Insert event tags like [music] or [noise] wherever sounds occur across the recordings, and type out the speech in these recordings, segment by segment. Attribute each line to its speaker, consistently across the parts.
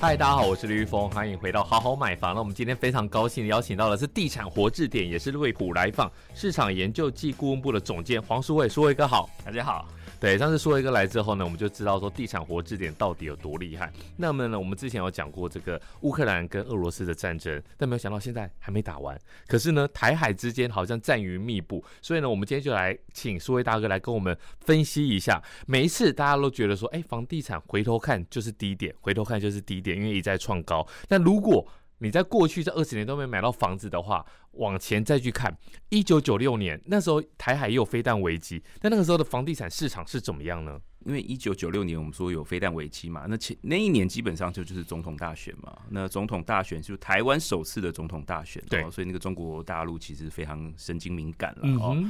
Speaker 1: 嗨，大家好，我是李玉峰，欢迎回到好好买房。那我们今天非常高兴地邀请到的是地产活字典，也是瑞普来访市场研究暨顾问部的总监黄淑慧，淑慧哥好。
Speaker 2: 大家好，
Speaker 1: 对，上次说一个来之后呢，我们就知道说地产活字典到底有多厉害。那么呢，我们之前有讲过这个乌克兰跟俄罗斯的战争，但没有想到现在还没打完。可是呢，台海之间好像战云密布，所以呢，我们今天就来请苏威大哥来跟我们分析一下。每一次大家都觉得说，哎，房地产回头看就是低点，回头看就是低点，因为一再创高。那如果你在过去这二十年都没买到房子的话，往前再去看，一九九六年那时候台海也有飞弹危机，那那个时候的房地产市场是怎么样呢？
Speaker 2: 因为一九九六年我们说有飞弹危机嘛，那前那一年基本上就就是总统大选嘛，那总统大选就是台湾首次的总统大选、哦，
Speaker 1: 对
Speaker 2: 所以那个中国大陆其实非常神经敏感了哦。，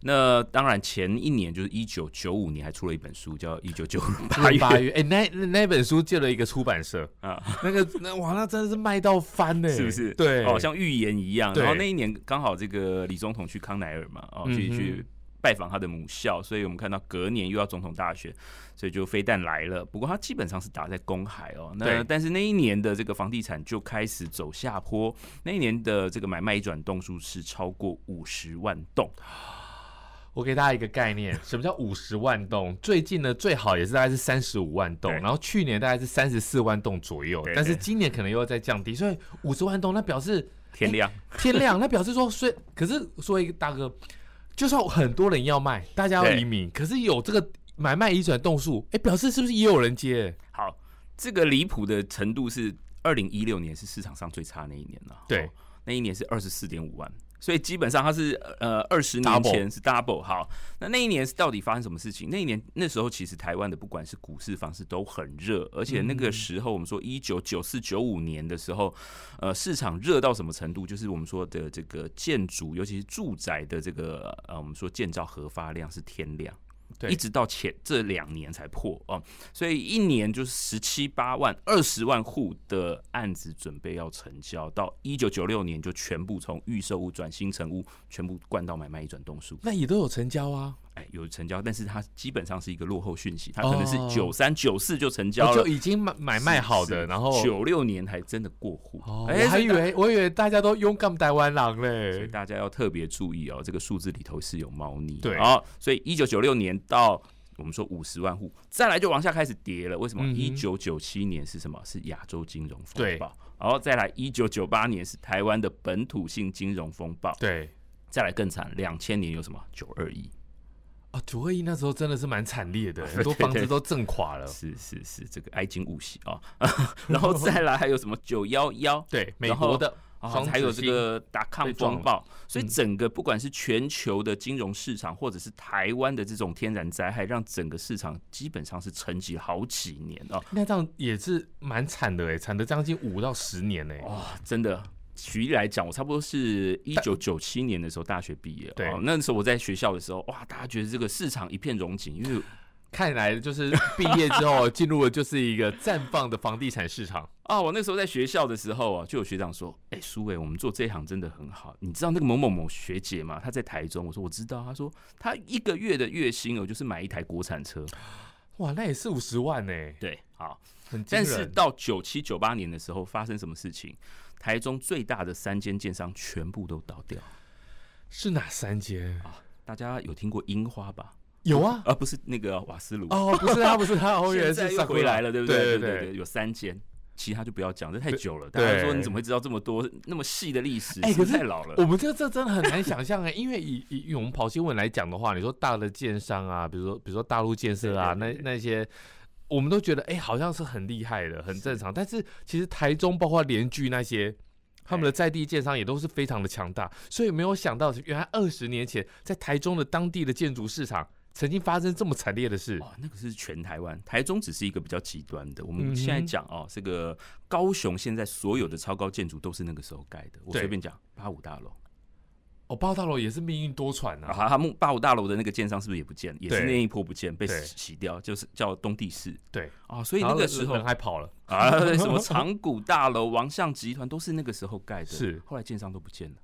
Speaker 2: 那当然前一年就是一九九五年还出了一本书叫《一九九八
Speaker 1: 八
Speaker 2: 月》
Speaker 1: 月八月，哎、那那那本书借了一个出版社，
Speaker 2: 啊，
Speaker 1: 那个那哇，那真的是卖到翻呢、
Speaker 2: 是不是？
Speaker 1: 对，
Speaker 2: 哦，像预言一样。
Speaker 1: 对
Speaker 2: 然后那一年刚好这个李总统去康奈尔嘛，哦，
Speaker 1: 嗯
Speaker 2: 去
Speaker 1: 哼
Speaker 2: 去拜访他的母校，所以我们看到隔年又要总统大选，所以就飞弹来了。不过它基本上是打在公海哦。那
Speaker 1: 对
Speaker 2: 但是那一年的这个房地产就开始走下坡，那一年的这个买卖移转栋数是超过五十万栋。
Speaker 1: 我给大家一个概念， [laughs] 什么叫五十万栋？最近呢，最好也是大概是三十五万栋，
Speaker 2: 对
Speaker 1: 然后去年大概是三十四万栋左右
Speaker 2: 对，
Speaker 1: 但是
Speaker 2: 对
Speaker 1: 今年可能又要再降低，所以五十万栋，那表示
Speaker 2: 天亮，
Speaker 1: 天
Speaker 2: [laughs]
Speaker 1: 亮，那表示说，虽可是说一个大哥，就算很多人要卖，大家要
Speaker 2: 对
Speaker 1: 移民，可是有这个买卖移转动数，哎、表示是不是也有人接？
Speaker 2: 好，这个离谱的程度是二零一六年是市场上最差那一年了。
Speaker 1: 对
Speaker 2: 哦那一年是二十四点五万，所以基本上它是呃二十
Speaker 1: Double
Speaker 2: 年前是 double。好，那那一年是到底发生什么事情？那一年那时候其实台湾的不管是股市、房市都很热，而且那
Speaker 1: 嗯
Speaker 2: 个时候我们说一九九四九五年的时候，呃，市场热到什么程度？就是我们说的这个建筑，尤其是住宅的这个呃，我们说建造核发量是天量。
Speaker 1: 对
Speaker 2: 一直到前这两年才破哦、所以一年就是十七八万、二十万户的案子准备要成交，到一九九六年就全部从预售屋转新成屋，全部灌到买卖一转动数，
Speaker 1: 那也都有成交啊，
Speaker 2: 哎，有成交，但是它基本上是一个落后讯息，它可能是
Speaker 1: 哦
Speaker 2: 九三、九四就成交
Speaker 1: 我
Speaker 2: 了
Speaker 1: 就，已经买买卖好的，然后
Speaker 2: 九六年才真的过户，
Speaker 1: 哦，
Speaker 2: 哎
Speaker 1: 我还
Speaker 2: 所
Speaker 1: 以
Speaker 2: 以大
Speaker 1: 为我以为大家都勇敢台湾狼
Speaker 2: 所以
Speaker 1: 嘞，
Speaker 2: 大家要特别注意哦，这个数字里头是有猫腻。
Speaker 1: 对
Speaker 2: 哦，所以一九九六年到我们说五十万户，再来就往下开始跌了。为什么？
Speaker 1: 嗯哼
Speaker 2: 一九九七年是什么？是亚洲金融
Speaker 1: 对
Speaker 2: 风暴。然后再来一九九八年是台湾的本土性金融风暴。
Speaker 1: 对。
Speaker 2: 再来更惨，两千年有什么？九二一。
Speaker 1: 啊，九二一那时候真的是蛮惨烈
Speaker 2: 哦
Speaker 1: 的，很多房子都震垮
Speaker 2: [laughs]
Speaker 1: 了。
Speaker 2: 是是是，这个哀今勿喜啊。 [laughs] 然后再来还有什么？九幺幺。
Speaker 1: 对，美
Speaker 2: 然后
Speaker 1: 国的
Speaker 2: 啊
Speaker 1: 房，子
Speaker 2: 还有这
Speaker 1: 新
Speaker 2: 个达
Speaker 1: 被
Speaker 2: 抗
Speaker 1: 撞嗯
Speaker 2: 风暴，所以整个不管是全球的金融市场，或者是台湾的这种天然灾害，让整个市场基本上是沉寂好几年啊、
Speaker 1: 那这样也是蛮惨的哎，惨的将近五到十年欸呢。
Speaker 2: 哇、真的。举例来讲，我差不多是一
Speaker 1: 但
Speaker 2: 九九七年的时候大学毕业，
Speaker 1: 对
Speaker 2: 哦，那时候我在学校的时候，哇，大家觉得这个市场一片荣景，因为
Speaker 1: [laughs] 看来就是毕业之后进入的就是一个绽放的房地产市场。
Speaker 2: 啊，我那时候在学校的时候啊，就有学长说：“哎、苏伟，我们做这一行真的很好。你知道那个某某某学姐吗？她在台中。”我说：“我知道。”她说：“她一个月的月薪哦，就是买一台国产车。
Speaker 1: 哇，那也四五十万呢，”欸
Speaker 2: 对，好。
Speaker 1: 很惊
Speaker 2: 但是
Speaker 1: 人。
Speaker 2: 到九七九八年的时候，发生什么事情？台中最大的三间建商全部都倒掉。
Speaker 1: 是哪三间？
Speaker 2: 大家有听过樱花吧？
Speaker 1: 有啊，
Speaker 2: 而、不是那个瓦斯炉。
Speaker 1: 哦，不是他，不是他，我以为是
Speaker 2: [laughs] 现在
Speaker 1: 萨
Speaker 2: 又
Speaker 1: 库
Speaker 2: 回
Speaker 1: 拉
Speaker 2: 来了，对不
Speaker 1: 对对
Speaker 2: 对对对，有三间。其他就不要讲，这太久了。大
Speaker 1: 对
Speaker 2: 家说你怎么会知道这么多那么细的历史？
Speaker 1: 哎可是
Speaker 2: 太老了。
Speaker 1: 我们这这真的很难想象哎， [laughs] 因为以以以我们跑新闻来讲的话，你说大的建商啊，比如说比如说大陆建设啊，
Speaker 2: 对对对
Speaker 1: 那那些。我们都觉得哎、好像是很厉害的，很正常。但是其实台中包括联聚那些，他们的在地建商也都是非常的强大，所以没有想到原来二十年前在台中的当地的建筑市场曾经发生这么惨烈的事。
Speaker 2: 哦，那个是全台湾，台中只是一个比较极端的。我
Speaker 1: 嗯哼
Speaker 2: 们现在讲哦，这个高雄现在所有的超高建筑都是那个时候盖的。我
Speaker 1: 对
Speaker 2: 随便讲，八五大楼
Speaker 1: 哦，八大楼也是命运多舛啊。
Speaker 2: 啊，他们八五大楼的那个建商是不是也不见了？也是
Speaker 1: 对
Speaker 2: 那一波不见，被
Speaker 1: 对
Speaker 2: 洗掉，就是叫东地市
Speaker 1: 对，
Speaker 2: 啊。所以
Speaker 1: 然
Speaker 2: 那
Speaker 1: 后
Speaker 2: 个时候
Speaker 1: 人还跑了。
Speaker 2: 啊，
Speaker 1: [laughs]
Speaker 2: 什么长谷大楼、王相集团都是那个时候盖的，
Speaker 1: 是
Speaker 2: 后来建商都不见了。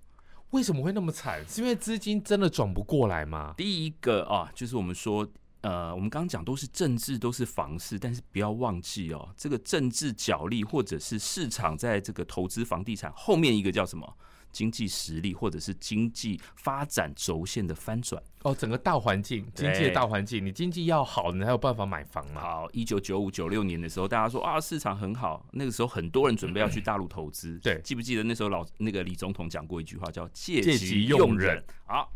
Speaker 1: 为什么会那么惨？是因为资金真的转不过来吗？
Speaker 2: 哦第一个啊，就是我们说。呃，我们刚刚讲都是政治，都是房市，但是不要忘记哦，这个政治角力或者是市场在这个投资房地产后面一个叫什么？经济实力或者是经济发展轴线的翻转。
Speaker 1: 哦，整个大环境，经济的
Speaker 2: 对
Speaker 1: 大环境，你经济要好，你才有办法买房嘛。
Speaker 2: 好，一九九五九六年的时候，大家说啊，市场很好，那个时候很多人准备要去大陆投资。
Speaker 1: 对
Speaker 2: 记不记得那时候老那个李总统讲过一句话，叫“借
Speaker 1: 借
Speaker 2: 机
Speaker 1: 机
Speaker 2: 用
Speaker 1: 用
Speaker 2: 人”
Speaker 1: 人
Speaker 2: 好，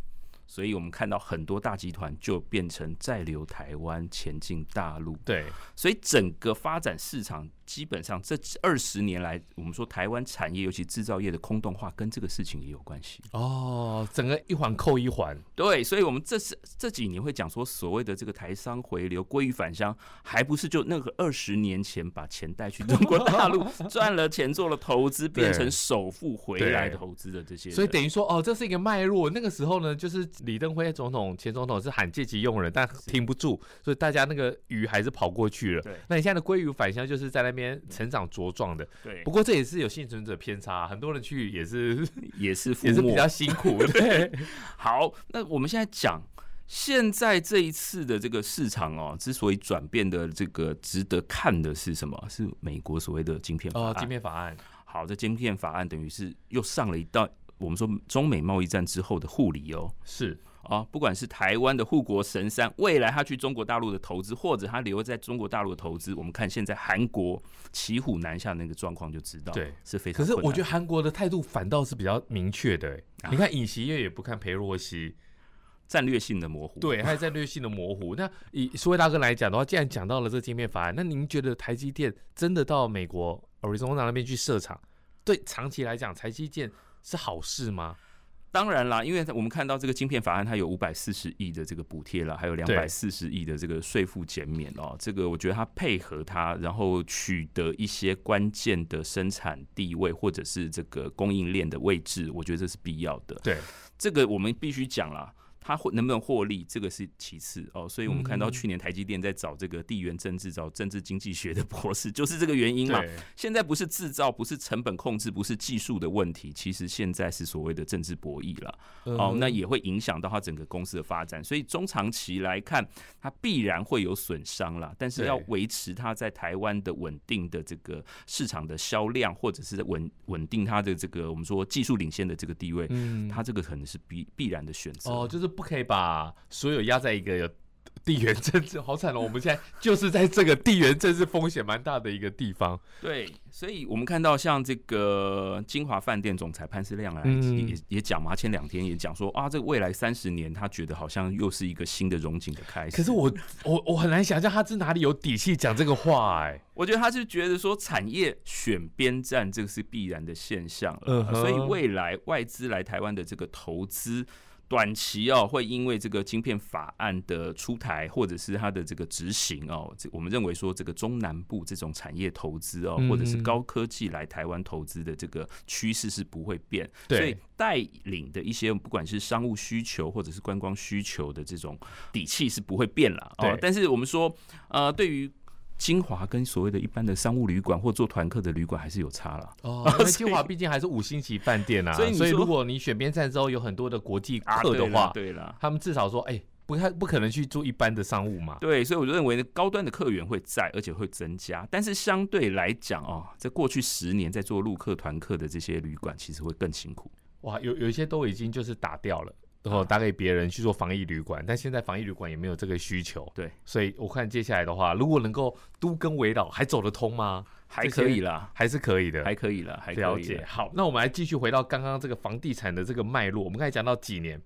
Speaker 2: 所以我们看到很多大集团就变成在留台湾，前进大陆。
Speaker 1: 对，
Speaker 2: 所以整个发展市场，基本上这二十年来，我们说台湾产业，尤其制造业的空洞化，跟这个事情也有关系。
Speaker 1: 哦，整个一环扣一环，
Speaker 2: 对，所以我们这是这几年会讲说，所谓的这个台商回流、归于返乡，还不是就那个二十年前把钱带去中国大
Speaker 1: [laughs]
Speaker 2: 陆赚了钱，做了投资，变成首富回来
Speaker 1: 对
Speaker 2: 投资的这些人。
Speaker 1: 所以等于说，哦，这是一个脉络。那个时候呢，就是李登辉总统、前总统是喊借机用人，但停不住，所以大家那个鱼还是跑过去了。
Speaker 2: 对
Speaker 1: 那你现在的鲑鱼返乡，就是在那边成长茁壮的。
Speaker 2: 对
Speaker 1: 不，过这也是有幸存者偏差、很多人去也
Speaker 2: [laughs]
Speaker 1: 是
Speaker 2: 也是父
Speaker 1: 也是比
Speaker 2: 母。
Speaker 1: 较辛
Speaker 2: [laughs]
Speaker 1: 苦。对，
Speaker 2: 好，那我们现在讲。现在这一次的这个市场哦，之所以转变的这个值得看的是什么？是美国所谓的晶片法
Speaker 1: 哦
Speaker 2: 案。，
Speaker 1: 晶片法案，
Speaker 2: 好，这晶片法案等于是又上了一道我们说中美贸易战之后的护理哦。
Speaker 1: 是
Speaker 2: 啊，不管是台湾的护国神山，未来他去中国大陆的投资，或者他留在中国大陆的投资，我们看现在韩国骑虎难下那个状况就知道，
Speaker 1: 对
Speaker 2: 是非常
Speaker 1: 可
Speaker 2: 困
Speaker 1: 是
Speaker 2: 难。
Speaker 1: 我觉得韩国的态度反倒是比较明确的、欸你看尹锡悦也不看裴洛 [laughs] 西，
Speaker 2: 战略性的模糊，，
Speaker 1: 对，还有战略性的模糊。那以苏威大哥来讲的话，既然讲到了这晶片法案，那您觉得台积电真的到美国 Arizona 那边去设厂，对长期来讲，台积电是好事吗？
Speaker 2: 当然啦，因为我们看到这个晶片法案，它有五百四十亿的这个补贴了，还有两百
Speaker 1: 对
Speaker 2: 四十亿的这个税负减免哦，这个我觉得它配合它，然后取得一些关键的生产地位或者是这个供应链的位置，我觉得这是必要的。
Speaker 1: 对，
Speaker 2: 这个我们必须讲啦，它会能不能获利，这个是其次哦。所以我们
Speaker 1: 嗯
Speaker 2: 看到去年台积电在找这个地缘政治、找政治经济学的博士， [laughs] 就是这个原因嘛。
Speaker 1: 对，
Speaker 2: 现在不是制造，不是成本控制，不是技术的问题，其实现在是所谓的政治博弈了。
Speaker 1: 嗯
Speaker 2: 哦，那也会影响到它整个公司的发展，所以中长期来看，它必然会有损伤啦。但是
Speaker 1: 对
Speaker 2: 要维持它在台湾的稳定的这个市场的销量，或者是稳稳定它的这个我们说技术领先的这个地位，
Speaker 1: 嗯，
Speaker 2: 它这个可能是必必然的选择。
Speaker 1: 哦，就是不可以把所有压在一个有地缘政治，好惨哦！我们现在就是在这个地缘政治风险蛮大的一个地方，
Speaker 2: 对，所以我们看到像这个金华饭店总裁潘思亮啊，
Speaker 1: 嗯
Speaker 2: 也也讲嘛，前两天也讲说啊，这个未来三十年，他觉得好像又是一个新的荣景的开始。
Speaker 1: 可是我我我很难想象他是哪里有底气讲这个话哎、
Speaker 2: 我觉得他是觉得说产业选边站这个是必然的现象了
Speaker 1: 嗯哼
Speaker 2: 所以未来外资来台湾的这个投资。短期哦，会因为这个晶片法案的出台，或者是它的这个执行哦，这我们认为说这个中南部这种产业投资哦，
Speaker 1: 嗯
Speaker 2: 或者是高科技来台湾投资的这个趋势是不会变，
Speaker 1: 对
Speaker 2: 所以带领的一些不管是商务需求或者是观光需求的这种底气是不会变了哦
Speaker 1: 对。
Speaker 2: 但是我们说，呃，对于精华跟所谓的一般的商务旅馆或做团客的旅馆还是有差了。
Speaker 1: [laughs] 哦，因为清华毕竟还是五星级饭店啊，
Speaker 2: 所以你
Speaker 1: 所以
Speaker 2: 说
Speaker 1: 如果你啊选边站之后有很多的国际客的话，
Speaker 2: 对啦，
Speaker 1: 他们至少说，哎、不太不可能去住一般的商务嘛。
Speaker 2: 对，所以我就认为高端的客源会在，而且会增加。但是相对来讲哦，在过去十年在做陆客团客的这些旅馆，其实会更辛苦。
Speaker 1: 哇，有有一些都已经就是打掉了，然后打给别人去做防疫旅馆，但现在防疫旅馆也没有这个需求，
Speaker 2: 对，
Speaker 1: 所以我看接下来的话，如果能够都跟围绕，还走得通吗？
Speaker 2: 还可以啦，
Speaker 1: 还是可以的，
Speaker 2: 还可以啦，还可以啦
Speaker 1: 了解。好，那我们来继续回到刚刚这个房地产的这个脉络，我们刚才讲到几年，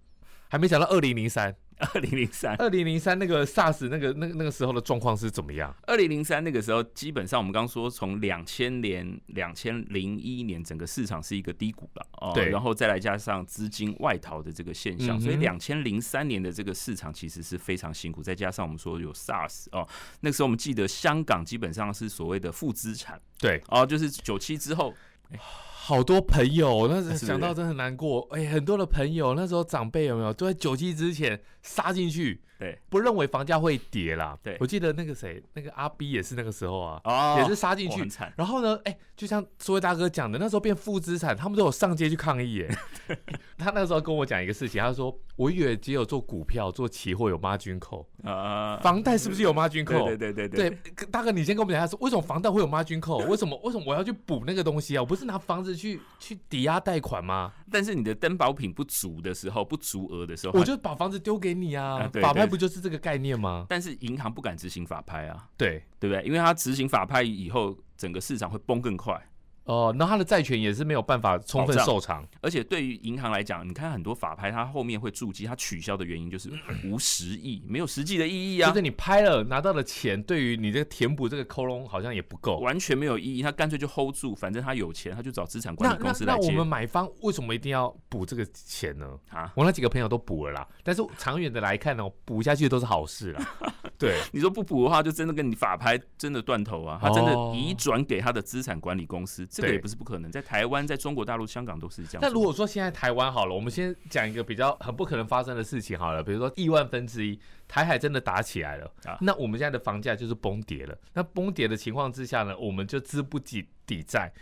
Speaker 1: 还没讲到二零零三，
Speaker 2: [laughs] 二零零三，
Speaker 1: 二零零三那个 SARS 那个那个那个时候的状况是怎么样？
Speaker 2: 二零零三那个时候，基本上我们刚说从两千年、两千零一年，整个市场是一个低谷了哦。
Speaker 1: 对
Speaker 2: 然后再来加上资金外逃的这个现象，
Speaker 1: 嗯哼
Speaker 2: 所以两千零三年的这个市场其实是非常辛苦。再加上我们说有 SARS 哦，那个时候我们记得香港基本上是所谓的负资产
Speaker 1: 对，
Speaker 2: 哦，就是九七之后。哎
Speaker 1: 好多朋友，那
Speaker 2: 不
Speaker 1: 哎是
Speaker 2: 是
Speaker 1: 想到真的很难过。哎、很多的朋友那时候长辈有没有都在九七之前杀进去，
Speaker 2: 对，
Speaker 1: 不认为房价会跌啦。
Speaker 2: 对
Speaker 1: 我记得那个谁，那个阿 B 也是那个时候啊，
Speaker 2: 哦
Speaker 1: 也是杀进
Speaker 2: 哇
Speaker 1: 去
Speaker 2: 很。惨。
Speaker 1: 然后呢，哎、就像苏威大哥讲的，那时候变负资产，他们都有上街去抗议。哎， [laughs] 他那时候跟我讲一个事情，他说我以为只有做股票、做期货有孖菌扣，
Speaker 2: 啊，
Speaker 1: 房贷是不是有孖菌扣？
Speaker 2: 对对对对
Speaker 1: 对，大哥，你先跟我们讲一下，是为什么房贷会有 margin call？为什么为什么我要去补那个东西啊？我不是拿房子去去抵押贷款吗？
Speaker 2: 但是你的担保品不足的时候，不足额的时候，
Speaker 1: 我就把房子丢给你啊
Speaker 2: 哦啊！对
Speaker 1: 法拍
Speaker 2: 对
Speaker 1: 不就是这个概念吗？
Speaker 2: 但是银行不敢执行法拍啊，
Speaker 1: 对，
Speaker 2: 对不对？因为它执行法拍以后，整个市场会崩更快。
Speaker 1: 哦，那他的债权也是没有办法充分
Speaker 2: 保障
Speaker 1: 受偿，
Speaker 2: 而且对于银行来讲，你看很多法拍，它后面会注记，它取消的原因就是无实意，没有实际的意义啊
Speaker 1: 就，是你拍了拿到的钱，对于你这个填补这个窟窿好像也不够。
Speaker 2: 完全没有意义。他干脆就 hold 住，反正他有钱，他就找资产管
Speaker 1: 那
Speaker 2: 理
Speaker 1: 那
Speaker 2: 公司
Speaker 1: 那
Speaker 2: 来
Speaker 1: 我
Speaker 2: 接
Speaker 1: 们买方为什么一定要补这个钱呢？
Speaker 2: 啊。
Speaker 1: 我那几个朋友都补了啦，但是长远的来看呢，补下去都是好事
Speaker 2: [laughs]
Speaker 1: 啦。对，
Speaker 2: 你说不补的话，就真的跟你法拍真的断头啊！他真
Speaker 1: 哦
Speaker 2: 的移转给他的资产管理公司，这个
Speaker 1: 对
Speaker 2: 也不是不可能，在台湾、在中国大陆、香港都是这样做。
Speaker 1: 那如果说现在台湾好了，我们先讲一个比较很不可能发生的事情好了，比如说亿万分之一，台海真的打起来了，
Speaker 2: 啊
Speaker 1: 那我们现在的房价就是崩跌了。那崩跌的情况之下呢，我们就资不抵抵债。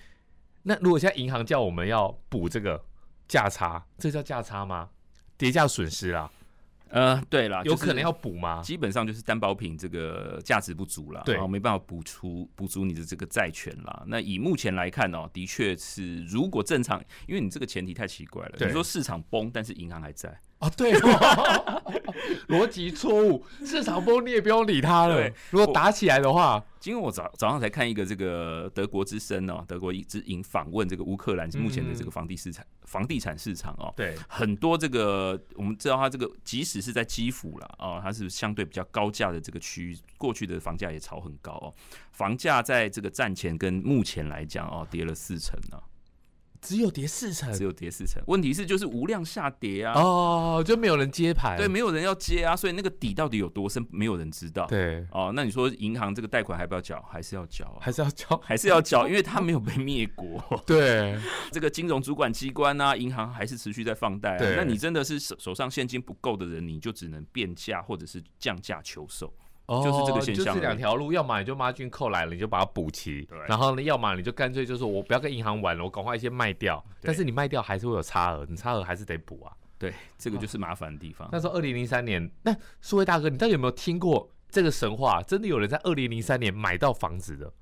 Speaker 1: 那如果现在银行叫我们要补这个价差，这叫价差吗？跌价损失啦，
Speaker 2: 呃，对啦，
Speaker 1: 有
Speaker 2: 就是
Speaker 1: 可能要补吗？
Speaker 2: 基本上就是担保品这个价值不足了，
Speaker 1: 对
Speaker 2: 然后没办法补出补足你的这个债权啦。那以目前来看哦，的确是如果正常，因为你这个前提太奇怪了，
Speaker 1: 对
Speaker 2: 你说市场崩，但是银行还在，
Speaker 1: 啊，对哦，逻辑错误，市场崩你也不用理它了
Speaker 2: 对。
Speaker 1: 如果打起来的话，
Speaker 2: 今天我早早上才看一个这个德国之声哦，德国之音访问这个乌克兰目前的
Speaker 1: 嗯
Speaker 2: 这个房地市场、房地产市场哦。
Speaker 1: 对，
Speaker 2: 很多这个我们知道，它这个即使是在基辅了哦，它是相对比较高价的这个区域，过去的房价也炒很高哦。房价在这个战前跟目前来讲哦，跌了四成啊，
Speaker 1: 只有跌四成
Speaker 2: 只有跌四成。问题是就是无量下跌啊，
Speaker 1: 嗯哦，就没有人接盘。
Speaker 2: 对，没有人要接啊，所以那个底到底有多深，没有人知道。
Speaker 1: 对，
Speaker 2: 哦，那你说银行这个贷款还不要缴，还是要缴啊？
Speaker 1: 还是要交。
Speaker 2: 还是要缴，因为它没有被灭
Speaker 1: 哦
Speaker 2: 国。
Speaker 1: 对，
Speaker 2: 这个金融主管机关啊，银行还是持续在放贷、啊
Speaker 1: 对。
Speaker 2: 那你真的是手手上现金不够的人，你就只能变价或者是降价求售。
Speaker 1: 哦
Speaker 2: 就是这个现
Speaker 1: 就
Speaker 2: 象
Speaker 1: 是
Speaker 2: 而已
Speaker 1: 两条路，要么你就孖菌扣来了，你就把它补齐
Speaker 2: 对，
Speaker 1: 然后呢，要么你就干脆就是我不要跟银行玩了，我赶快先卖掉。
Speaker 2: 对
Speaker 1: 但是你卖掉还是会有差额，你差额还是得补啊。
Speaker 2: 对，这个就是麻烦的地方。
Speaker 1: 那时候二零零三年，那苏威大哥，你到底有没有听过这个神话？真的有人在二零零三年买到房子的，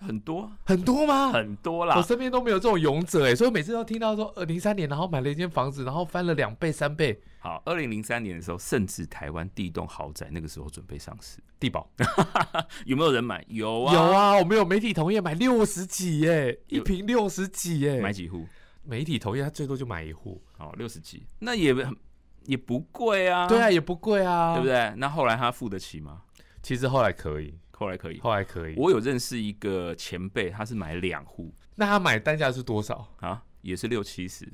Speaker 2: 很多啊
Speaker 1: 很多吗？
Speaker 2: 很多
Speaker 1: 我
Speaker 2: 啦，
Speaker 1: 身边都没有这种勇者哎、所以每次都听到说，呃，零三年然后买了一间房子，然后翻了两倍三倍，
Speaker 2: 好，二零零三年的时候，甚至台湾第一栋豪宅那个时候准备上市，
Speaker 1: 地保
Speaker 2: 有没有人买？有啊，
Speaker 1: 有啊，我们有媒体同业买六十几耶、一
Speaker 2: 有
Speaker 1: 瓶六十几耶、
Speaker 2: 买几户？
Speaker 1: 媒体同业他最多就买一户，
Speaker 2: 好，六十几，那也很也不贵啊，
Speaker 1: 对啊，，也不贵啊，
Speaker 2: 对不？对？那后来他付得起吗？
Speaker 1: 其实后来可以，
Speaker 2: 后来可以。
Speaker 1: 后来可以。
Speaker 2: 我有认识一个前辈，他是买两户
Speaker 1: 那他买单价是多少？
Speaker 2: 啊，也是六七
Speaker 1: 哦
Speaker 2: 十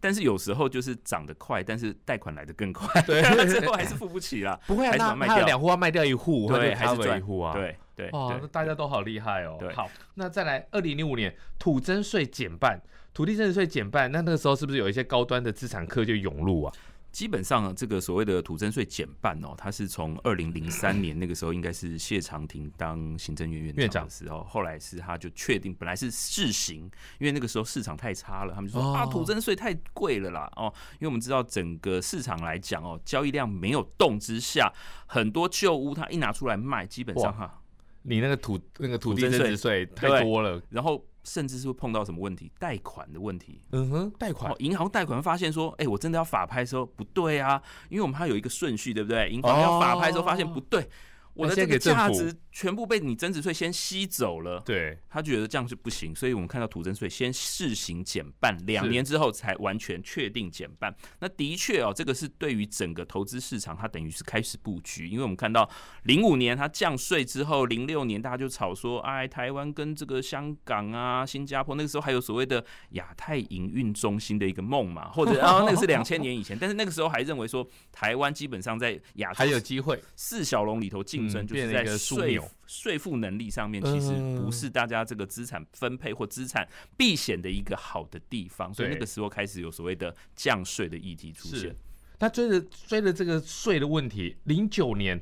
Speaker 2: 但是有时候就是涨得快，但是贷款来得更快， [laughs]
Speaker 1: 对
Speaker 2: 最后还是付不起啦。
Speaker 1: 不会啊，
Speaker 2: 还是
Speaker 1: 那
Speaker 2: 把它卖
Speaker 1: 他有
Speaker 2: 掉
Speaker 1: 两户要卖掉一户，
Speaker 2: 对
Speaker 1: 他就
Speaker 2: 还是
Speaker 1: cover
Speaker 2: 赚
Speaker 1: 一户啊。，
Speaker 2: 对对
Speaker 1: 哇，那
Speaker 2: 对，
Speaker 1: 大家都好厉害哦。
Speaker 2: 对
Speaker 1: 好，那再来，二零零五年土增税减半，土地增值税减半，那那个时候是不是有一些高端的资产客就涌入啊？
Speaker 2: 基本上这个所谓的土增税减半哦，它是从二零零 [clears throat] 三年那个时候，应该是谢长廷当行政院
Speaker 1: 院
Speaker 2: 院
Speaker 1: 长
Speaker 2: 长的时候，后来是他就确定，本来是试行，因为那个时候市场太差了，他们就说、
Speaker 1: 哦
Speaker 2: 啊土增税太贵了啦哦，因为我们知道整个市场来讲哦，交易量没有动之下，很多旧屋它一拿出来卖，基本上哈，
Speaker 1: 你那个土那个土地
Speaker 2: 土增
Speaker 1: 增
Speaker 2: 税
Speaker 1: 值税太
Speaker 2: 对
Speaker 1: 多了，
Speaker 2: 然后甚至是会碰到什么问题，贷款的问题，
Speaker 1: 嗯哼，贷款
Speaker 2: 哦，银行贷款发现说，哎、我真的要法拍的时候不对啊，因为我们还有一个顺序，对不对？银行要法拍的时候发现不对，我的
Speaker 1: 哦先
Speaker 2: 这
Speaker 1: 给
Speaker 2: 个
Speaker 1: 政
Speaker 2: 价
Speaker 1: 府
Speaker 2: 值全部被你增值税先吸走了。
Speaker 1: 对，
Speaker 2: 他觉得这样是不行，所以我们看到土增税先试行减半，两
Speaker 1: 是
Speaker 2: 年之后才完全确定减半。那的确哦，这个是对于整个投资市场，它等于是开始布局，因为我们看到零五年它降税之后，零六年大家就吵说，哎，台湾跟这个香港啊、新加坡那个时候还有所谓的亚太营运中心的一个梦嘛，或
Speaker 1: [laughs]
Speaker 2: 者啊，那个是两千年以前，但是那个时候还认为说台湾基本上在亚洲
Speaker 1: 还有机会。
Speaker 2: 四小龙里头竞争，
Speaker 1: 嗯
Speaker 2: 就是
Speaker 1: 变了
Speaker 2: 在
Speaker 1: 一个枢
Speaker 2: 税
Speaker 1: 纽牛，
Speaker 2: 税负能力上面，其实不是大家这个资产分配或资产避险的一个好的地方，所以那
Speaker 1: 对
Speaker 2: 个时候开始有所谓的降税的议题出现
Speaker 1: 是。他追着追着这个税的问题，零九年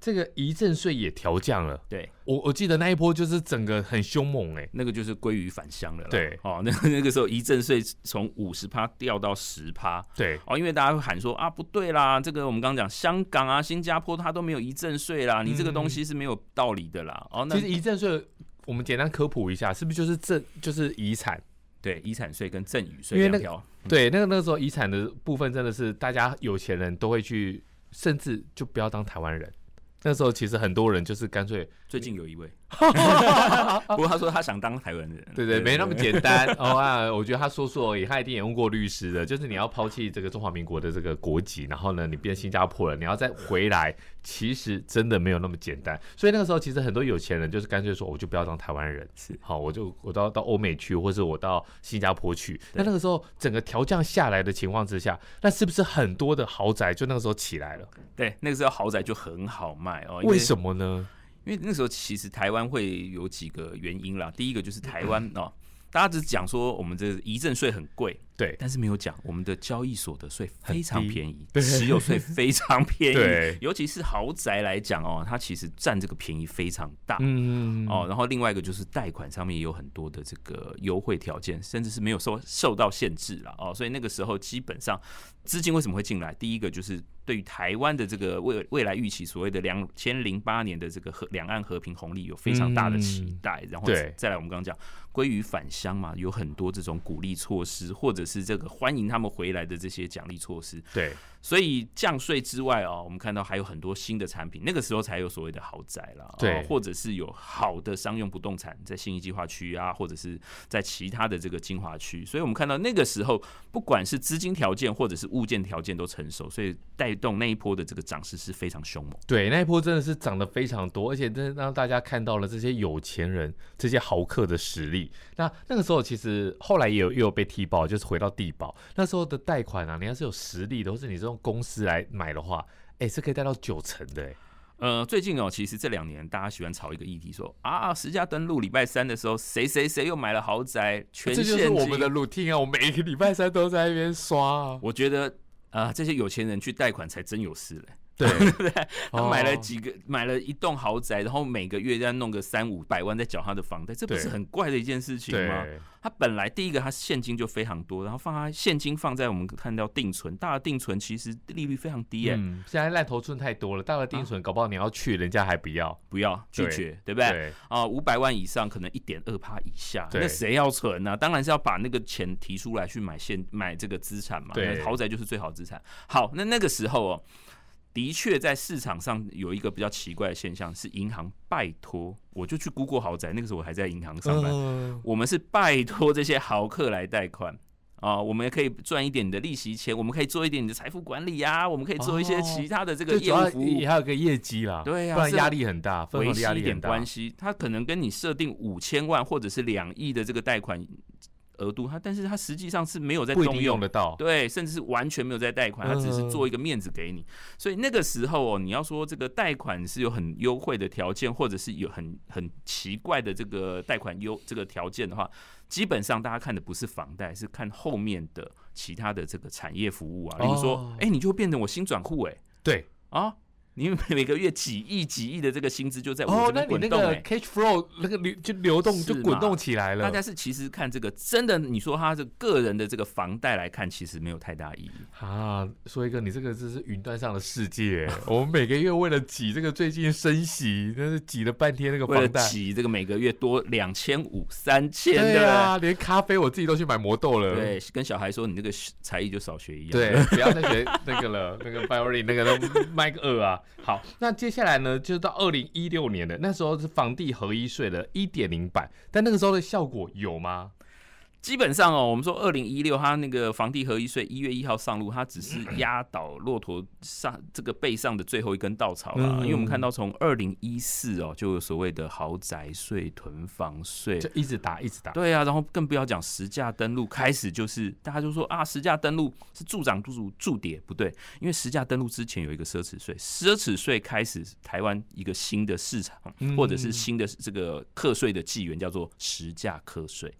Speaker 1: 这个遗赠税也调降了。
Speaker 2: 对，
Speaker 1: 我我记得那一波就是整个很凶猛哎、
Speaker 2: 那个就是归于返乡了啦。
Speaker 1: 对
Speaker 2: 哦， [laughs] 那那个时候遗赠税从五十趴掉到十趴。
Speaker 1: 对，
Speaker 2: 哦，因为大家会喊说啊，不对啦，这个我们刚刚讲香港啊、新加坡它都没有遗赠税啦，你这个东西是没有道理的啦。哦，那
Speaker 1: 嗯其实遗赠税我们简单科普一下，是不是就是赠就是遗产？
Speaker 2: 对遗产税跟赠与税
Speaker 1: 因为
Speaker 2: 两
Speaker 1: 那
Speaker 2: 条，
Speaker 1: 对，那个那个时候遗产的部分真的是大家有钱人都会去，甚至就不要当台湾人。那时候其实很多人就是干脆，
Speaker 2: 最近有
Speaker 1: [laughs]
Speaker 2: 一位，不过他说他想当台湾人，
Speaker 1: 对对，没那么简单。 [laughs] 哦啊，我觉得他说说而已，他一定也问过律师的，就是你要抛弃这个中华民国的这个国籍，然后呢，你变新加坡人，你要再回来，其实真的没有那么简单。所以那个时候，其实很多有钱人就是干脆说，我就不要当台湾人，
Speaker 2: 是
Speaker 1: 好，我就我到到欧美去，或者我到新加坡去。那那个时候整个调降下来的情况之下，那是不是很多的豪宅就那个时候起来了？
Speaker 2: 对，那个时候豪宅就很好卖哦。因
Speaker 1: 为什么呢？
Speaker 2: 因为那时候其实台湾会有几个原因啦，第一个就是台
Speaker 1: [clears throat]
Speaker 2: 湾哦，大家只讲说我们这遗赠税很贵，
Speaker 1: 对
Speaker 2: 但是没有讲我们的交易所得税非常
Speaker 1: 很低
Speaker 2: 便宜，
Speaker 1: [laughs] 对
Speaker 2: 持有税非常便宜，
Speaker 1: [laughs] 对
Speaker 2: 尤其是豪宅来讲哦，它其实占这个便宜非常大。
Speaker 1: 嗯，
Speaker 2: 哦，然后另外一个就是贷款上面也有很多的这个优惠条件，甚至是没有受受到限制了哦，所以那个时候基本上资金为什么会进来？第一个就是对于台湾的这个未未来预期，所谓的两千零八年的这个和两岸和平红利有非常大的期待，然后
Speaker 1: 嗯对
Speaker 2: 再来我们刚刚讲归于返乡嘛，有很多这种鼓励措施，或者是这个欢迎他们回来的这些奖励措施，
Speaker 1: 对，
Speaker 2: 所以降税之外哦，我们看到还有很多新的产品，那个时候才有所谓的豪宅啦，
Speaker 1: 对
Speaker 2: 哦或者是有好的商用不动产在信义计划区啊，或者是在其他的这个精华区，所以我们看到那个时候不管是资金条件或者是物件条件都成熟，所以带动那一波的这个涨势是非常凶猛。
Speaker 1: 对，那一波真的是涨得非常多，而且真的让大家看到了这些有钱人、这些豪客的实力。那那个时候其实后来也有也有被踢爆，就是回到地保那时候的贷款啊，你要是有实力的，或是你是用公司来买的话，哎、是可以贷到九成的、哎，
Speaker 2: 呃，最近哦，其实这两年大家喜欢炒一个议题说啊，十家登录礼拜三的时候，谁谁谁又买了豪宅，全
Speaker 1: 这
Speaker 2: 现
Speaker 1: 就是
Speaker 2: 金。
Speaker 1: 我们的 routine 啊，我每一个礼拜三都在那边刷啊。
Speaker 2: [laughs] 我觉得啊、这些有钱人去贷款才真有事嘞。 [laughs]
Speaker 1: 对，
Speaker 2: 他买了
Speaker 1: 哦
Speaker 2: 几个，买了一栋豪宅，然后每个月再弄个三五百万在缴他的房贷，这不
Speaker 1: 对
Speaker 2: 是很怪的一件事情吗？
Speaker 1: 对，
Speaker 2: 他本来第一个他现金就非常多，然后放他现金放在我们看到定存，大的定存其实利率非常低耶、
Speaker 1: 嗯，现在烂头寸太多了，大额定存搞不好你要去，人家还不要。
Speaker 2: 不要拒
Speaker 1: 对
Speaker 2: 绝，啊对不对？啊，五百万以上可能一点二趴以下，
Speaker 1: 对
Speaker 2: 那谁要存呢、当然是要把那个钱提出来去买现买这个资产嘛。
Speaker 1: 对
Speaker 2: 那豪宅就是最好的资产。好，那那个时候哦，的确在市场上有一个比较奇怪的现象是，银行拜托，我就去估过豪宅，那个时候我还在银行上班，
Speaker 1: 嗯
Speaker 2: 我们是拜托这些豪客来贷款。啊、我们也可以赚一点你的利息钱，我们可以做一点你的财富管理呀、我们可以做一些
Speaker 1: 哦
Speaker 2: 其他的这个
Speaker 1: 最主
Speaker 2: 业务
Speaker 1: 要
Speaker 2: 服务
Speaker 1: 也。还有个业绩啦，
Speaker 2: 对呀
Speaker 1: 不然
Speaker 2: 是
Speaker 1: 压力很大，分
Speaker 2: 维
Speaker 1: 红的
Speaker 2: 系
Speaker 1: 压
Speaker 2: 一
Speaker 1: 力
Speaker 2: 点
Speaker 1: 很大
Speaker 2: 关。系，他可能跟你设定五千万或者是两亿的这个贷款额度，他但是他实际上是没有在
Speaker 1: 不一定
Speaker 2: 动
Speaker 1: 用
Speaker 2: 用
Speaker 1: 得到。
Speaker 2: 对，甚至是完全没有在贷款，他只是做一个面子给你。所以那个时候哦，你要说这个贷款是有很优惠的条件，或者是有很很奇怪的这个贷款优这个条件的话，基本上大家看的不是房贷，是看后面的其他的这个产业服务啊，例如说
Speaker 1: 哦，
Speaker 2: 哎、你就变成我新转户哎、
Speaker 1: 对，
Speaker 2: 啊，你每个月几亿几亿的这个薪资就在我
Speaker 1: 哦
Speaker 2: 这，
Speaker 1: 那
Speaker 2: 边
Speaker 1: 你
Speaker 2: 滚
Speaker 1: 那
Speaker 2: 动、
Speaker 1: 个
Speaker 2: 欸。
Speaker 1: cash flow 那个流就流动
Speaker 2: 是
Speaker 1: 就
Speaker 2: 嘛
Speaker 1: 滚动起来了。
Speaker 2: 大家是其实看这个，真的，你说他的个人的这个房贷来看，其实没有太大意义。
Speaker 1: 啊，说一个，你这个这是云端上的世界。欸
Speaker 2: [laughs]
Speaker 1: 我们每个月为了挤这个最近升息，那是挤了半天那个
Speaker 2: 为了
Speaker 1: 房贷。
Speaker 2: 挤这个每个月多两千五、三千，对
Speaker 1: 对
Speaker 2: 不
Speaker 1: 啊，连咖啡我自己都去买魔豆了。
Speaker 2: 对，跟小孩说你这个才艺就少学一样。
Speaker 1: 对，不要再学那个了，那个 violin [laughs] 那个都麦克尔啊。好，那接下来呢，就到二零一六年了，那时候是房地合一税的一点零版，但那个时候的效果有吗？
Speaker 2: 基本上哦，我们说二零一六，它那个房地合一税一月一号上路，它只是压倒骆驼上这个背上的最后一根稻草啦。
Speaker 1: 嗯
Speaker 2: 因为我们看到从二零一四哦，就有所谓的豪宅税、囤房税
Speaker 1: 就。一直打，一直打。
Speaker 2: 对啊，然后更不要讲实价登录，开始就是大家就说啊，实价登录是助涨助主助跌，不对，因为实价登录之前有一个奢侈税，奢侈税开始台湾一个新的市场
Speaker 1: 嗯
Speaker 2: 或者是新的这个课税的纪元叫做实价课税。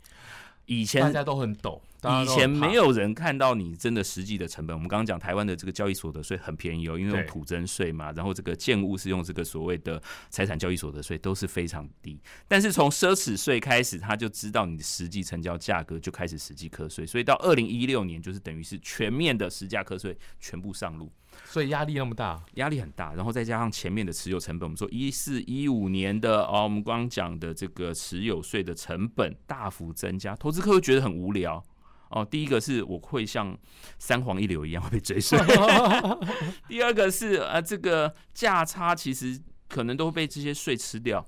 Speaker 2: 以
Speaker 1: 大
Speaker 2: 前
Speaker 1: 家都很抖，大家
Speaker 2: 以
Speaker 1: 都很
Speaker 2: 前
Speaker 1: 怕
Speaker 2: 没有人看到你真的实际的成本。我们刚刚讲台湾的这个交易所得税很便宜哦，因为
Speaker 1: 对
Speaker 2: 用土增税嘛，然后这个建物是用这个所谓的财产交易所得税，都是非常低。但是从奢侈税开始，他就知道你的实际成交价格，就开始实际课税。所以到二零一六年，就是等于是全面的实价课税全部上路。
Speaker 1: 所以压力那么大。
Speaker 2: 压力很大，然后再加上前面的持有成本，我们说一四一五年的哦，我们刚刚讲的这个持有税的成本大幅增加，投资客会觉得很无聊。哦，第一个是我会像三皇一流一样会被追税，第二个是呃，这个价差其实可能都会被这些税吃掉。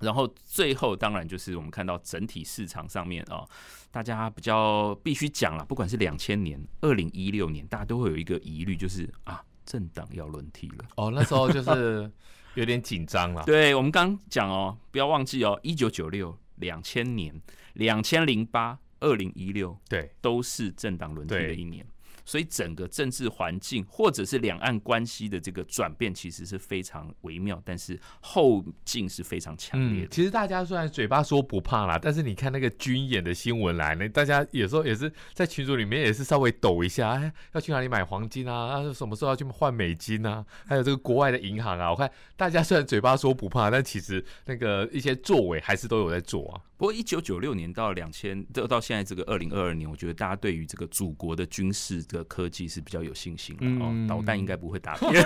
Speaker 2: 然后最后，当然就是我们看到整体市场上面啊、哦，大家比较必须讲了，不管是两千年、二零一六年，大家都会有一个疑虑，就是啊，政党要轮替了。
Speaker 1: [laughs] 哦，那时候就是有点紧张了。
Speaker 2: 对，我们刚刚讲哦，不要忘记哦，一九九六、两千年、两千零八、二零一六
Speaker 1: [laughs] 对，
Speaker 2: 都是政党轮替的
Speaker 1: 对
Speaker 2: 一年，所以整个政治环境或者是两岸关系的这个转变，其实是非常微妙，但是后劲是非常强
Speaker 1: 嗯，
Speaker 2: 烈的。
Speaker 1: 其实大家虽然嘴巴说不怕啦，但是你看那个军演的新闻来呢，大家有时候也是在群组里面也是稍微抖一下，哎，要去哪里买黄金啊？啊，什么时候要去换美金啊？还有这个国外的银行啊，我看大家虽然嘴巴说不怕，但其实那个一些作为还是都有在做啊。
Speaker 2: 不过，一九九六年到两千，到到现在这个二零二二年，我觉得大家对于这个祖国的军事的科技是比较有信心了、
Speaker 1: 嗯
Speaker 2: 哦，导弹应该不会打别人，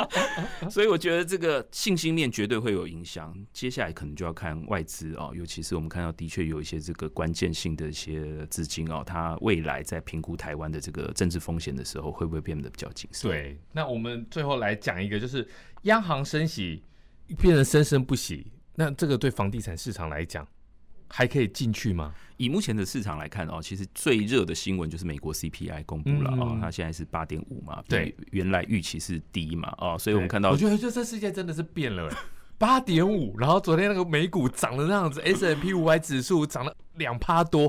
Speaker 2: [laughs] 所以我觉得这个信心面绝对会有影响。接下来可能就要看外资哦，尤其是我们看到的确有一些这个关键性的一些资金哦，它未来在评估台湾的这个政治风险的时候，会不会变得比较谨慎？，
Speaker 1: 对，那我们最后来讲一个，就是央行升息变成生生不息，那这个对房地产市场来讲还可以进去吗？
Speaker 2: 以目前的市场来看哦，其实最热的新闻就是美国 CPI 公布了哦
Speaker 1: 嗯，
Speaker 2: 它现在是八点五嘛，比
Speaker 1: 对，
Speaker 2: 原来预期是低嘛，哦，所以我们看到
Speaker 1: 哎我觉得这这世界真的是变了、哎
Speaker 2: [laughs]
Speaker 1: 八点五，然后昨天那个美股涨的那样子，S M P 五百指数涨了两趴多，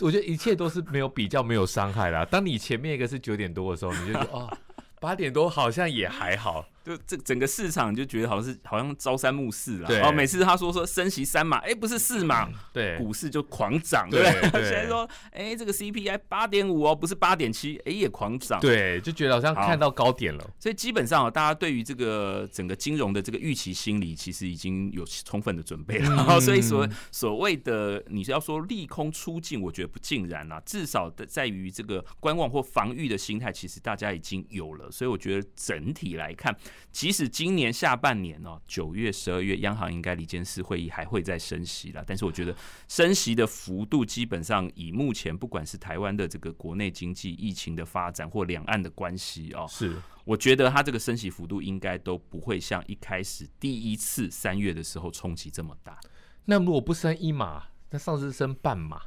Speaker 1: 我觉得一切都是没有比较，没有伤害啦。当你前面一个是九点多的时候，你就觉得
Speaker 2: [laughs]
Speaker 1: 哦，八点多好像也还好，
Speaker 2: 就这整个市场就觉得好像是好像朝三暮四了
Speaker 1: 对，
Speaker 2: 哦，每次他说说升息三码，哎，不是四码，
Speaker 1: 对，
Speaker 2: 股市就狂涨，
Speaker 1: 对
Speaker 2: 对
Speaker 1: 对
Speaker 2: 不 [laughs] 对？现在说，哎，这个 CPI 八点五哦，不是八点七，哎，也狂涨，
Speaker 1: 对，就觉得好像
Speaker 2: 好
Speaker 1: 看到高点了。
Speaker 2: 所以基本上、哦，大家对于这个整个金融的这个预期心理，其实已经有充分的准备了。
Speaker 1: 嗯
Speaker 2: [laughs] 所以所所谓的你是要说利空出尽，我觉得不尽然啦、至少的在于这个观望或防御的心态，其实大家已经有了。所以我觉得整体来看，即使今年下半年哦，九月、十二月央行应该离监事会议还会再升息了，但是我觉得升息的幅度基本上以目前不管是台湾的这个国内经济疫情的发展或两岸的关系哦，
Speaker 1: 是，
Speaker 2: 我觉得它这个升息幅度应该都不会像一开始第一次三月的时候冲击这么大。
Speaker 1: 那如果不升一码，那上次升半码，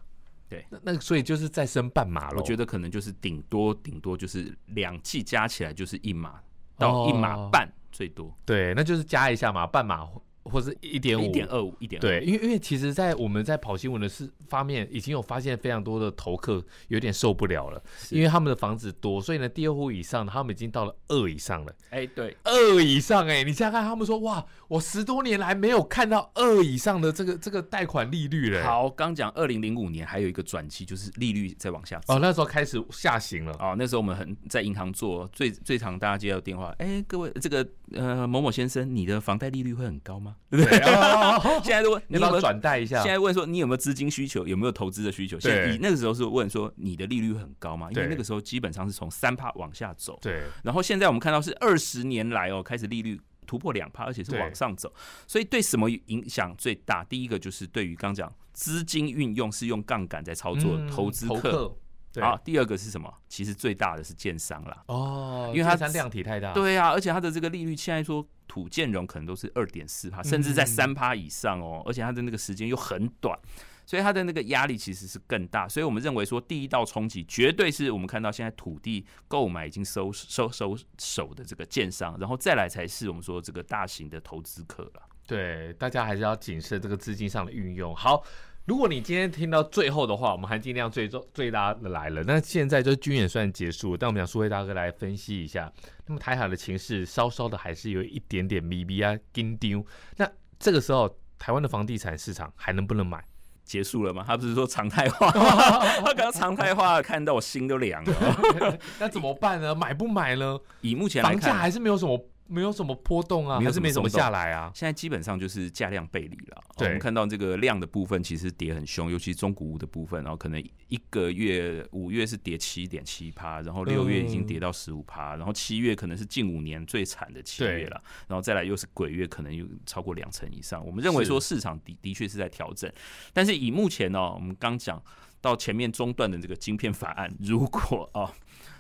Speaker 2: 对
Speaker 1: 那那所以就是再升半码了。
Speaker 2: 我觉
Speaker 1: 得
Speaker 2: 得可能就是顶多顶多就是两季加起来就是一码到一码半最多，
Speaker 1: 对，那就是加一下嘛，半码或或是一点五，
Speaker 2: 一点二五一点
Speaker 1: 哦对，因为因为其实，在我们在跑新闻的是方面，已经有发现非常多的投客有点受不了了，因为他们的房子多，所以呢，第二户以上他们已经到了二以上了，
Speaker 2: 哎对，
Speaker 1: 二以上哎、你想想看，他们说哇，我十多年来没有看到二以上的这个这个贷款利率了、
Speaker 2: 好，刚讲二零零五年还有一个转期就是利率在往下走。
Speaker 1: 哦，那时候开始下行了，
Speaker 2: 哦，那时候我们很在银行做，最最常大家接到电话，哎、各位这个呃某某先生，你的房贷利率会很高吗？
Speaker 1: 对，
Speaker 2: [laughs]
Speaker 1: 啊
Speaker 2: 现在如果你
Speaker 1: 要
Speaker 2: 有
Speaker 1: 不
Speaker 2: 没
Speaker 1: 要
Speaker 2: 有
Speaker 1: 转贷一下
Speaker 2: 现？在问说你有没有资金需求，有没有投资的需求？现在
Speaker 1: 啊对
Speaker 2: 以那个时候是问说你的利率会很高吗？因为
Speaker 1: 对
Speaker 2: 那个时候基本上是从三帕往下走，
Speaker 1: 对，
Speaker 2: 然后现在我们看到是二十年来哦开始利率。突破两帕，而且是
Speaker 1: 对
Speaker 2: 往上走，所以对什么影响最大？第一个就是对于刚讲资金运用是用杠杆在操作
Speaker 1: 嗯
Speaker 2: 投资
Speaker 1: 投
Speaker 2: 客
Speaker 1: 客，对
Speaker 2: 啊。第二个是什么？其实最大的是建商啦，
Speaker 1: 哦，
Speaker 2: 因为它
Speaker 1: 它量体太大，
Speaker 2: 对啊，而且它的这个利率现在说土
Speaker 1: 嗯
Speaker 2: 建融可能都是二点四帕，甚至在三帕以上哦，而且它的那个时间又很短，所以它的那个压力其实是更大。所以我们认为说，第一道冲击绝对是我们看到现在土地购买已经收收收手的这个建商，然后再来才是我们说这个大型的投资客了。
Speaker 1: 对，大家还是要谨慎这个资金上的运用。好，如果你今天听到最后的话，我们含金量最重最大的来了。那现在就是军演算结束了，但我们想苏慧大哥来分析一下。那么台海的情势稍稍的还是有一点点迷迷啊紧丢。那这个时候，台湾的房地产市场还能不能买？
Speaker 2: 结束了吗？他不是说常态化， [laughs] 他刚刚常态化看到我心都凉了。哦
Speaker 1: 那怎么办呢？买不买呢？
Speaker 2: 以目前来
Speaker 1: 房价
Speaker 2: 看，
Speaker 1: 还是没有什么没有什么波动啊，
Speaker 2: 没有
Speaker 1: 还是
Speaker 2: 什么
Speaker 1: 没怎么
Speaker 2: 松动
Speaker 1: 下来啊。
Speaker 2: 现在基本上就是价量背离了。哦我
Speaker 1: 对
Speaker 2: 们看到这个量的部分其实跌很凶，尤其中古屋的部分，然后可能一个月五月是跌七点七趴，然后六月已经跌到十五趴，然后七月可能是近五年最惨的七月了，然后再来又是鬼月，可能又超过两成以上。我们认为说市场的的确是在调整，但是以目前呢、哦我们刚讲到前面中断的这个晶片法案，如果哦。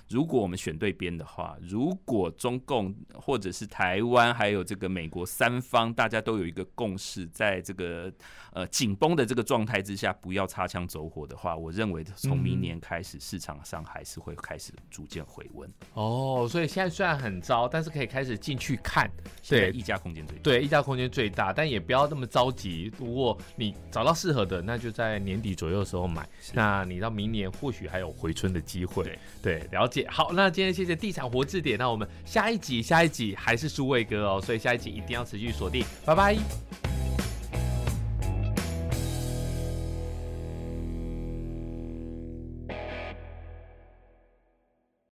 Speaker 2: 如果我们选对边的话，如果中共或者是台湾还有这个美国三方，大家都有一个共识，在这个呃紧绷的这个状态之下，不要擦枪走火的话，我认为从明年开始，市场上还是会开始逐渐回温。
Speaker 1: 哦，所以现在虽然很糟，但是可以开始进去看。
Speaker 2: 现在
Speaker 1: 对
Speaker 2: 溢价空间最大。
Speaker 1: 对，溢价空间最大，但也不要那么着急。如果你找到适合的，那就在年底左右的时候买。那你到明年或许还有回春的机会。
Speaker 2: 对
Speaker 1: 了解。好，那今天谢谢地产活字典。那我们下一集，下一集还是舒卫哥哦，所以下一集一定要持续锁定。拜拜。